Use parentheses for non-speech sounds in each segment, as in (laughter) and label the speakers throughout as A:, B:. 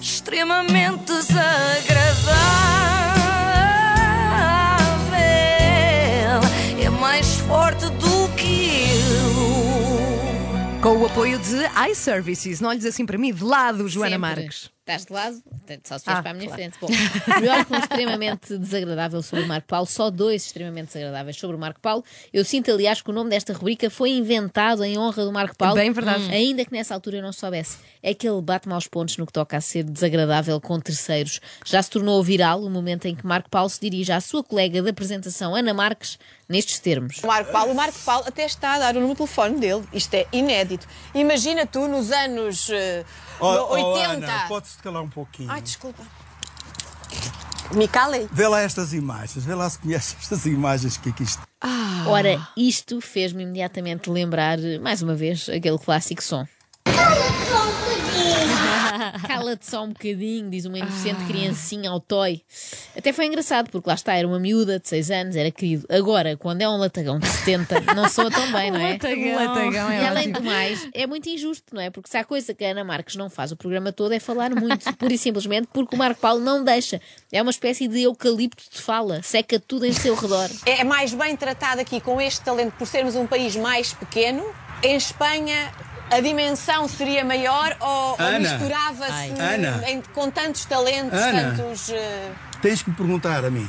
A: extremamente desagradável. É mais forte do que eu.
B: Com o apoio de iServices. Não olhes assim para mim, de lado, Joana
C: Sempre.
B: Marques.
C: Estás de lado, portanto, só se faz
B: Ah,
C: para a minha
B: claro.
C: frente. Bom, melhor que um extremamente desagradável sobre o Marco Paulo, só dois extremamente desagradáveis sobre o Marco Paulo. Eu sinto, aliás, que o nome desta rubrica foi inventado em honra do Marco Paulo.
B: Bem verdade.
C: Hum. Ainda que nessa altura eu não soubesse. É que ele bate maus pontos no que toca a ser desagradável com terceiros. Já se tornou viral o momento em que Marco Paulo se dirige à sua colega de apresentação, Ana Marques, nestes termos.
D: O Marco Paulo, o Marco Paulo até está a dar o número de telefone dele. Isto é inédito. Imagina tu nos anos eh,
E: Ó, ó,
D: 80.
E: Oh, Ana, podes-te calar um pouquinho.
D: Ai, desculpa. Me calei.
E: Vê lá estas imagens, vê lá se conheces (laughs) estas imagens que aqui estão.
B: Ah.
C: Ora, isto fez-me imediatamente lembrar, mais uma vez, aquele clássico
B: um
C: som. (laughs) Cala-te só um bocadinho, diz uma inocente
B: Ah.
C: criancinha ao toy. Até foi engraçado, porque lá está, era uma miúda de 6 anos, era querido. Agora, quando é um latagão de 70, não soa tão bem, não é?
B: (laughs) Um latagão
C: E
B: é
C: além
B: ótimo.
C: do mais, é muito injusto, não é? Porque se há coisa que a Ana Marques não faz o programa todo é falar muito, (laughs) pura e simplesmente porque o Marco Paulo não deixa. É uma espécie de eucalipto de fala, seca tudo em seu redor.
D: É mais bem tratado aqui com este talento por sermos um país mais pequeno. Em Espanha a dimensão seria maior ou, ou
E: Ana.
D: misturava-se
E: Ai. Ana.
D: em- com tantos talentos,
E: Ana.
D: tantos. eh,
E: Tens que me perguntar a mim.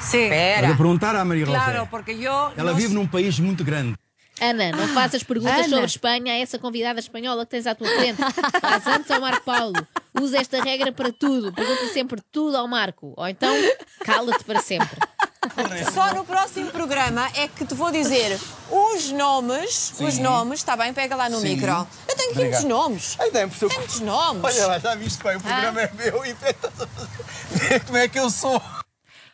F: Sí,
D: Espera.
E: Para perguntar à Maria
F: claro,
E: José.
F: porque yo.
E: Ela
F: no
E: vive num país muito grande.
C: Ana, não faças perguntas
B: Ana.
C: sobre Espanha a essa convidada espanhola que tens à tua frente. Faz antes ao Marco Paulo. Usa esta regra para tudo. Pergunta sempre tudo ao Marco. Ou então, cala-te para sempre.
D: Só no próximo programa é que te vou dizer os nomes, os nomes, está bem? Pega lá no
E: Sim.
D: micro. Eu tenho aqui
E: Obrigado.
D: muitos nomes.
E: Ai, dá-me seu...
D: Tenho muitos nomes.
E: lá, já viste, pai, o programa é meu e como é que eu sou.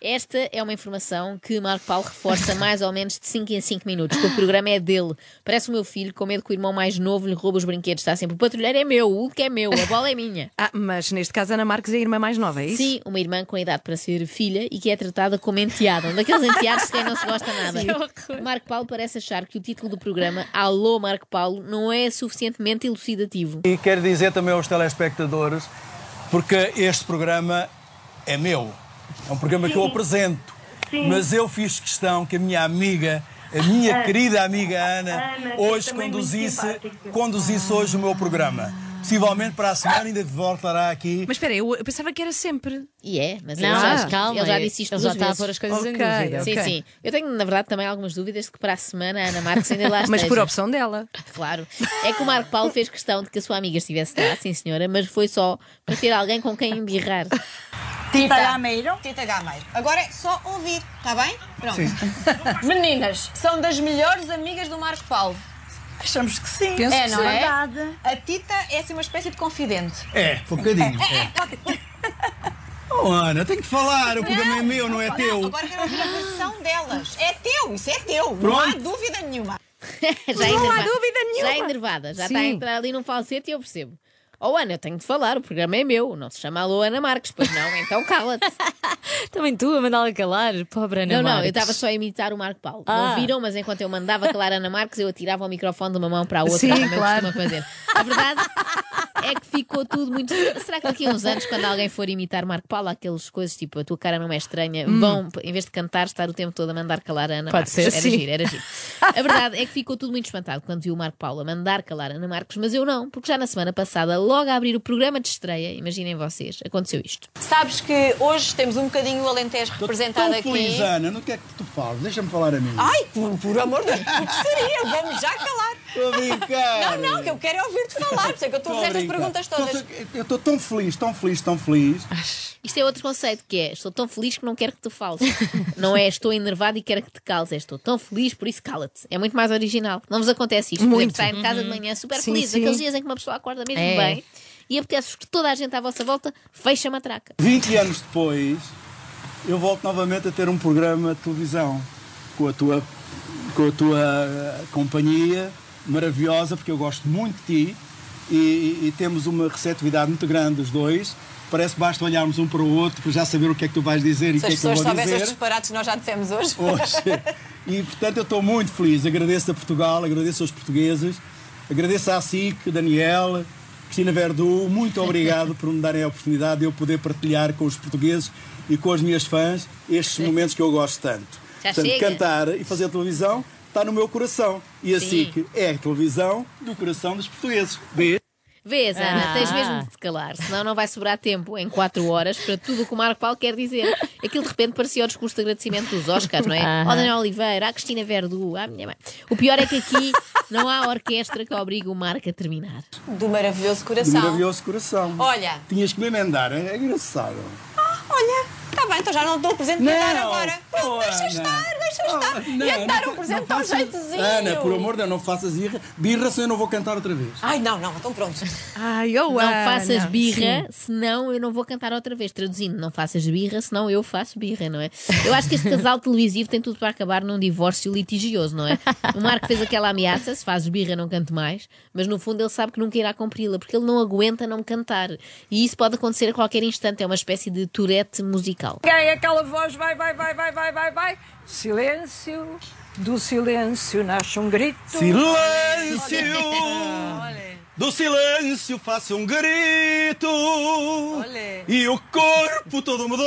C: Esta é uma informação que Marco Paulo reforça mais ou menos de 5 em 5 minutos, que o programa é dele. Parece o meu filho, com medo que o irmão mais novo lhe rouba os brinquedos. Está sempre, o patrulheiro é meu, o que é meu, a bola é minha.
B: Ah, mas neste caso, Ana Marques é a irmã mais nova, é isso?
C: Sim, uma irmã com idade para ser filha e que é tratada como enteada, um daqueles enteados de quem não
G: (laughs)
C: se gosta nada. Marco Paulo parece achar que o título do programa Alô Marco Paulo não é suficientemente elucidativo.
E: E quero dizer também aos telespectadores, porque este programa é meu. É um programa que eu apresento. Mas eu fiz questão que a minha amiga, a minha querida amiga Ah. Ana, é
H: Ana, que
E: hoje
H: também muito
E: conduzisse,
H: simpática.
E: conduzisse hoje o meu programa. Possivelmente para a semana ainda voltará aqui.
B: Mas espera, aí, eu eu pensava que era sempre.
C: E é, mas
G: Não,
C: ele
G: mas
C: já,
G: calma.
C: ele já disse isto
G: ele já
C: duas
G: está a
C: vezes.
G: pôr as coisas em
B: Ok,
G: dúvida.
C: Sim,
B: Ok.
C: sim. Eu tenho, na verdade, também algumas dúvidas de que para a semana a Ana Marques ainda
G: (laughs)
C: lá
B: Mas por
C: esteja.
B: opção dela.
C: Claro. É que o Marco Paulo fez questão de que a sua amiga estivesse lá, sim senhora, mas foi só para ter alguém com quem embirrar.
F: Tita Gameiro.
D: Tita Gameiro. Agora é só ouvir, está bem? Pronto. Meninas, são das melhores amigas do Marco Paulo.
F: Achamos que sim.
D: Penso É, que não sim. é?
F: Verdade.
D: A Tita é assim uma espécie de confidente.
E: É, um bocadinho. (laughs) Oh, Ana, tenho que falar, o programa é meu, não é teu.
D: Agora quero ouvir a versão delas. É teu, isso é teu. Não há
E: Pronto.
D: dúvida nenhuma.
C: (laughs) já
B: Não há
C: enerva-
B: dúvida nenhuma.
C: Já enervada, já
B: Sim.
C: está a entrar ali num falsete e eu percebo. Oh Ana, eu tenho de falar, o programa é meu, não se chama Alô Ana Marques, pois não, então cala-te.
G: Também tu a mandá-la calar, pobre Ana
C: não, não,
G: Marques.
C: eu estava só a imitar o Marco Paulo.
G: Ah.
C: Não viram, mas enquanto eu mandava calar a Ana Marques, eu atirava o microfone de uma mão para a outra,
B: Sim,
C: como
B: claro.
C: eu costumo fazer. A verdade é que ficou tudo muito. Será que daqui a uns anos, quando alguém for imitar Marco Paulo, há aquelas coisas tipo a tua cara não é estranha, vão, em vez de cantar, estar o tempo todo a mandar calar a Ana
G: Hum. Pode
C: Marques?
G: ser,
C: Era
G: sim.
C: giro, era giro. A verdade é que ficou tudo muito espantado quando viu o Marco Paulo a mandar calar a Ana Marques, mas eu não, porque já na semana passada, logo a abrir o programa de estreia, imaginem vocês, aconteceu isto.
D: Sabes que hoje temos um bocadinho o Alentejo representado
E: Tão feliz,
D: aqui. Ah.
E: Ana, não quer que tu fales, deixa-me falar a mim.
D: Ai, por, por amor de Deus, o que seria? Vamos já calar.
E: Estou a brincar.
D: Não, não, que eu quero é ouvir-te falar, por isso é que eu estou a fazer estas perguntas todas.
E: Eu estou tão feliz, tão feliz, tão feliz.
C: Isto é outro conceito que é estou tão feliz que não quero que tu fales. não é estou enervado e quero que te cales, é estou tão feliz, por isso cala-te. É muito mais original. Não vos acontece isto. Por exemplo,
B: Muito.
C: Está em casa de manhã super
B: Sim,
C: feliz,
B: sim.
C: aqueles dias em que uma pessoa acorda mesmo
G: É.
C: bem e apetece que toda a gente à vossa volta fecha a matraca.
E: 20 anos depois, eu volto novamente a ter um programa de televisão com a tua, com a tua eh, companhia maravilhosa, porque eu gosto muito de ti e, e temos uma receptividade muito grande os dois. Parece que basta olharmos um para o outro para já saber o que é que tu vais dizer e o
D: Se
E: que
D: as
E: é que eu
D: pessoas
E: vou
D: soubessem os
E: dizer.
D: disparates que nós já dissemos hoje.
E: hoje. E portanto eu estou muito feliz. Agradeço a Portugal, agradeço aos portugueses, agradeço à SIC, Daniel, Cristina Verdu, muito obrigado por me darem a oportunidade de eu poder partilhar com os portugueses e com as minhas fãs estes momentos que eu gosto tanto.
C: Já
E: Portanto,
C: chega.
E: cantar e fazer televisão está no meu coração. E a SIC é a televisão do coração dos portugueses. Beijo.
C: Vês, Ana,
G: Ah.
C: tens mesmo de te calar, senão não vai sobrar tempo em 4 horas para tudo o que o Marco Paulo quer dizer. Aquilo de repente parecia o discurso de agradecimento dos Oscars, não é?
G: Aham.
C: Ao Daniel Oliveira, à Cristina Verdu, à minha mãe. O pior é que aqui não há orquestra que obrigue o Marco a terminar.
D: Do maravilhoso
E: Do
D: coração.
E: maravilhoso coração.
D: Olha.
E: Tinhas que me emendar, é engraçado.
D: Ah, Olha, está bem, então já não dou o presente para dar agora. Não,
E: Oh,
D: deixa
E: Ana.
D: estar, deixa
E: Oh,
D: estar.
E: não,
D: Ia-te dar
E: não
D: um presente
E: fa-
D: tão
E: não faças-
D: jeitozinho.
E: Ana, por amor de Deus, não faças birra, birra senão eu não vou cantar outra vez.
D: Ai, não, não, então pronto.
C: tá-
B: Ai, oh, eu
C: Não faças birra, senão eu não vou cantar outra vez. Traduzindo, não faças birra, senão eu faço birra, não é? Eu acho que este casal televisivo tem tudo para acabar num divórcio litigioso, não é? O Marco fez aquela ameaça: se fazes birra, não canto mais. Mas no fundo ele sabe que nunca irá cumpri-la, porque ele não aguenta não cantar. E isso pode acontecer a qualquer instante. É uma espécie de tourette musical.
F: Ganha aquela voz, vai, vai, vai, vai, vai, vai, vai. Silêncio, do silêncio nasce um grito.
E: Silêncio! Do silêncio faça um grito
F: Olé.
E: e o corpo todo mudou.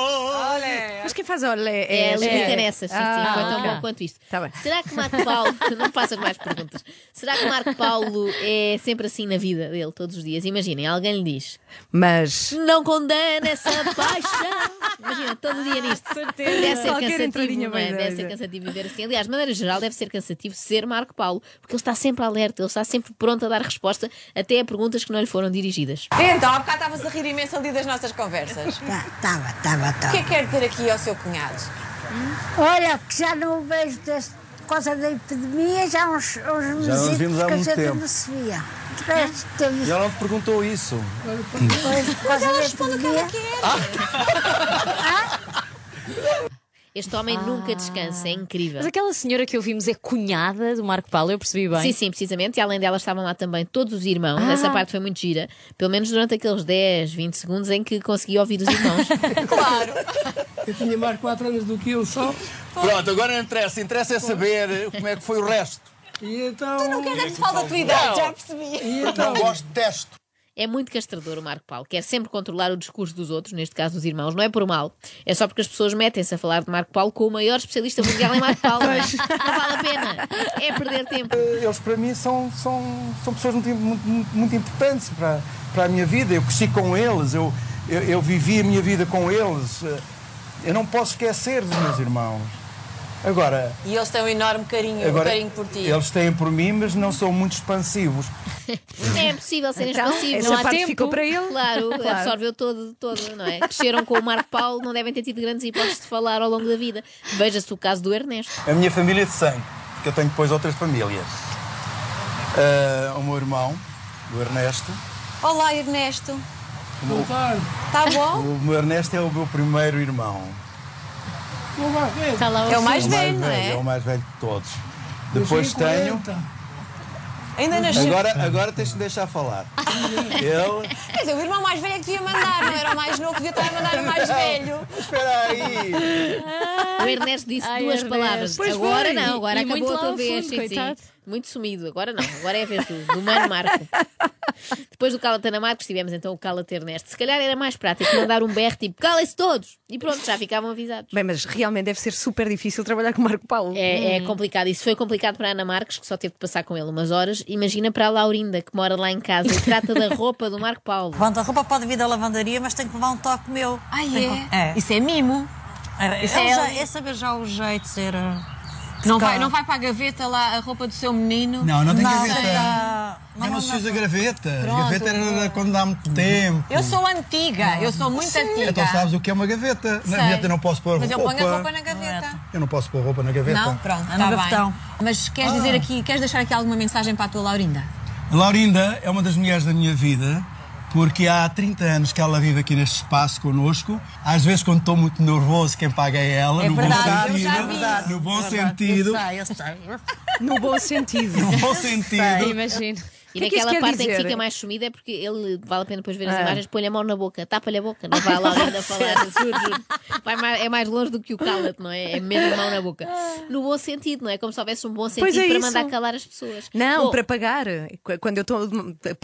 F: Olha,
B: Mas quem faz olha
C: É,
B: é,
C: ela explica nessas. Sim, sim,
B: Ah,
C: foi tão
B: ok.
C: bom quanto isto.
B: Tá bem.
C: Será que Marco Paulo. (laughs) não faças mais perguntas. Será que Marco Paulo é sempre assim na vida dele, todos os dias? Imaginem, alguém lhe diz.
B: Mas
C: Não condena essa paixão. Imagina, todo dia nisto.
G: Certeza.
C: Deve ser
B: Qualquer
C: cansativo,
B: entradinha
C: não é?
B: vai
C: Deve
B: dar.
C: ser cansativo viver assim. Aliás, de maneira geral, deve ser cansativo ser Marco Paulo, porque ele está sempre alerta, ele está sempre pronto a dar resposta até a perguntas que não lhe foram dirigidas.
D: Então, há bocado estavas a rir imenso ali das nossas conversas.
H: Tava, tava,
D: O
H: tava.
D: que é que quer dizer aqui ao seu cunhado?
H: Olha, que já não o vejo desde, por causa da epidemia, já há uns, uns
I: Já não nos
H: mesitos
I: vimos há
H: que a
I: muito
H: gente
I: tempo.
H: não se via. De resto, temos
I: Ela não te perguntou isso.
H: depois, por causa da epidemia.
C: Este homem nunca descansa, é incrível.
G: Mas aquela senhora que ouvimos é cunhada do Marco Paulo, eu percebi bem.
C: Sim, sim, precisamente. E além dela estavam lá também todos os irmãos. Essa parte foi muito gira. Pelo menos durante aqueles 10, 20 segundos em que consegui ouvir os irmãos.
D: Claro.
E: Eu tinha mais 4 anos do que ele só.
I: Pronto, agora não interessa. Interessa é saber como é que foi o resto.
E: E então.
D: Não queres falar da tua idade, já percebi.
I: Não gosto de teste.
C: É muito castrador o Marco Paulo. Quer sempre controlar o discurso dos outros, neste caso dos irmãos. Não é por mal. É só porque as pessoas metem-se a falar de Marco Paulo com o maior especialista mundial em Marco Paulo. não é? Não vale a pena. É perder tempo.
I: Eles para mim são, são, são pessoas muito, muito, muito importantes para, para a minha vida. Eu cresci com eles, eu, eu, eu vivi a minha vida com eles. Eu não posso esquecer dos meus irmãos. Agora,
D: E eles têm um enorme carinho, um
I: agora
D: carinho por ti.
I: eles têm por mim, mas não são muito expansivos.
C: Não é possível ser expansivo.
B: Então, essa
C: Não há
B: parte
C: tempo.
B: ficou para ele.
C: Claro, absorveu todo, todo, não é? Cresceram com o Marco Paulo, não devem ter tido grandes hipóteses de falar ao longo da vida. Veja-se o caso do Ernesto.
I: A minha família é de sangue, porque eu tenho depois outras famílias. Ah, o meu irmão, o Ernesto.
D: Olá, Ernesto. Está bom?
I: O meu Ernesto é o meu primeiro irmão.
G: Está lá o
D: É o mais
I: É o mais
D: velho, não
I: é o
D: é?
I: mais velho de todos. Depois tenho.
D: Ainda nasceu.
I: Agora, agora tens de me deixar
D: (laughs)
I: falar. Ele.
D: Quer dizer, o irmão mais velho é que devia mandar, não era o mais novo, devia estar a mandar o mais velho.
I: Espera aí!
C: O Ernesto disse
G: Ai,
C: duas
G: Ernesto.
C: palavras.
G: Pois
C: agora
G: foi.
C: não, agora
G: E
C: acabou
G: muito
C: a
G: lá
C: tua
G: ao
C: vez.
G: fundo,
C: sim, sim.
G: coitado.
C: Muito sumido, agora não, agora é a vez do, do
G: (laughs)
C: Mano Marco. Depois do Cala-te Ana Marcos tivemos então o Cala-te Ernesto. Se calhar era mais prático mandar um berro tipo calem-se todos e pronto, já ficavam avisados.
B: Bem, mas realmente deve ser super difícil trabalhar com o Marco Paulo.
C: É,
G: Hum.
C: é complicado. Isso foi complicado para a Ana Marques, que só teve de passar com ele umas horas. Imagina para a Laurinda, que mora lá em casa e trata da roupa do Marco Paulo.
J: Levanta então a roupa, pode vir da lavandaria, mas tem que levar um toque meu.
D: Ai,
J: é?
D: Isso é mimo.
J: É,
D: Isso é
J: já-
D: ele.
J: é saber já o jeito de ser.
D: Não vai, não vai para a gaveta lá a roupa do seu menino.
I: Não, não tem
J: Não,
I: gaveta.
J: dá-
I: Eu não
J: não
I: se
J: dá-
I: usa gaveta. Gaveta era quando dá muito tempo.
D: Eu sou antiga, eu sou muito antiga.
I: Então sabes o que é uma gaveta? Na
D: Sei.
I: gaveta eu não posso pôr
D: Mas eu
I: roupa.
D: ponho a roupa na gaveta.
I: Eu não posso pôr roupa na gaveta. Ah.
D: Não? Pronto,
J: É
D: tá
J: no
D: bem.
J: gavetão.
D: Mas queres dizer aqui, queres deixar aqui alguma mensagem para a tua Laurinda?
I: Laurinda é uma das mulheres da minha vida, porque há 30 anos que ela vive aqui neste espaço connosco. Às vezes, quando estou muito nervoso, quem paga é ela,
D: É
I: no
D: verdade,
I: bom
D: eu já
I: sentido.
D: vi. É
I: No bom
J: Eu
I: sentido.
J: sei, eu sei.
C: (laughs)
B: No bom sentido.
I: No bom sentido.
G: Imagino.
C: E
B: Que é que isso
C: naquela
B: quer
C: parte em que
B: dizer?
C: fica mais sumida é porque ele, vale a pena depois ver as
B: Ah.
C: imagens, põe-lhe a mão na boca, tapa-lhe a boca, não vai
B: (laughs)
C: lá ainda falar, juro, juro. Vai mais- é mais longe do que o cala-te, não é? É mesmo a mão na boca. No bom sentido, não é? Como se houvesse um bom sentido
B: Ah. é
C: para
B: isso.
C: mandar calar as pessoas.
B: Não,
C: Bom,
B: para pagar. Qu- Quando eu estou.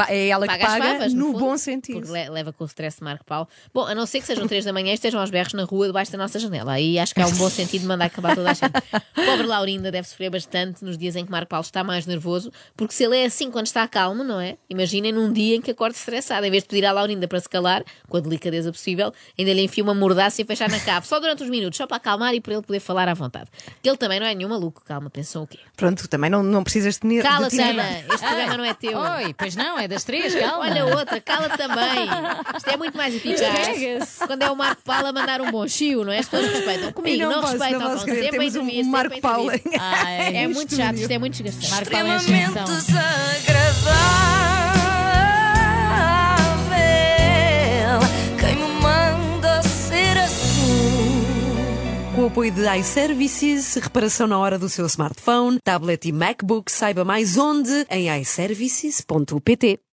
B: É ela que
C: Paga as
B: paga
C: favas,
B: no,
C: fundo,
B: bom sentido.
C: Porque le- leva com o stress de Marco Paulo. Bom, a não ser que sejam três da manhã e estejam aos berros na rua debaixo da nossa janela. Aí acho que há um bom sentido de mandar acabar toda
B: (laughs)
C: a gente. Pobre Laurinda deve sofrer bastante nos dias em que Marco Paulo está mais nervoso, porque se ele é assim quando está calmo, não é? Imaginem num dia em que acorde estressado, em vez de pedir à Laurinda para se calar, com a delicadeza possível, ainda lhe enfia uma mordaça e fechar na cave, só durante uns minutos, só para acalmar e para ele poder falar à vontade. Que ele também não é nenhum maluco, calma, pensou o quê?
B: Pronto, também não, não precisas de dinhe- de
C: Cala-te,
B: dinheiro.
C: Ana,
B: (laughs)
C: este programa não é teu.
G: Oi, pois não, é das
D: (laughs)
G: três, calma.
C: Olha outra, cala também. Isto é muito mais eficaz.
G: Escorrega-se.
C: Quando é o Marco Paulo a mandar um bom chio, não é? As pessoas respeitam.
B: E
C: Comigo, não,
B: posso,
C: respeitam. é
B: não posso
C: estão
B: querer.
C: sempre a
B: Temos
C: exibir,
B: um
C: sempre
B: Marco
C: a
B: Paulo.
C: exibir.
G: Ai,
C: É muito chato, isto é muito desgastante.
G: Marco Paulo é
A: extremamente
G: exceção.
A: desagradável. Quem me manda ser assim?
K: Com o apoio de iServices, reparação na hora do seu smartphone, tablet e MacBook, saiba mais onde em iServices.pt.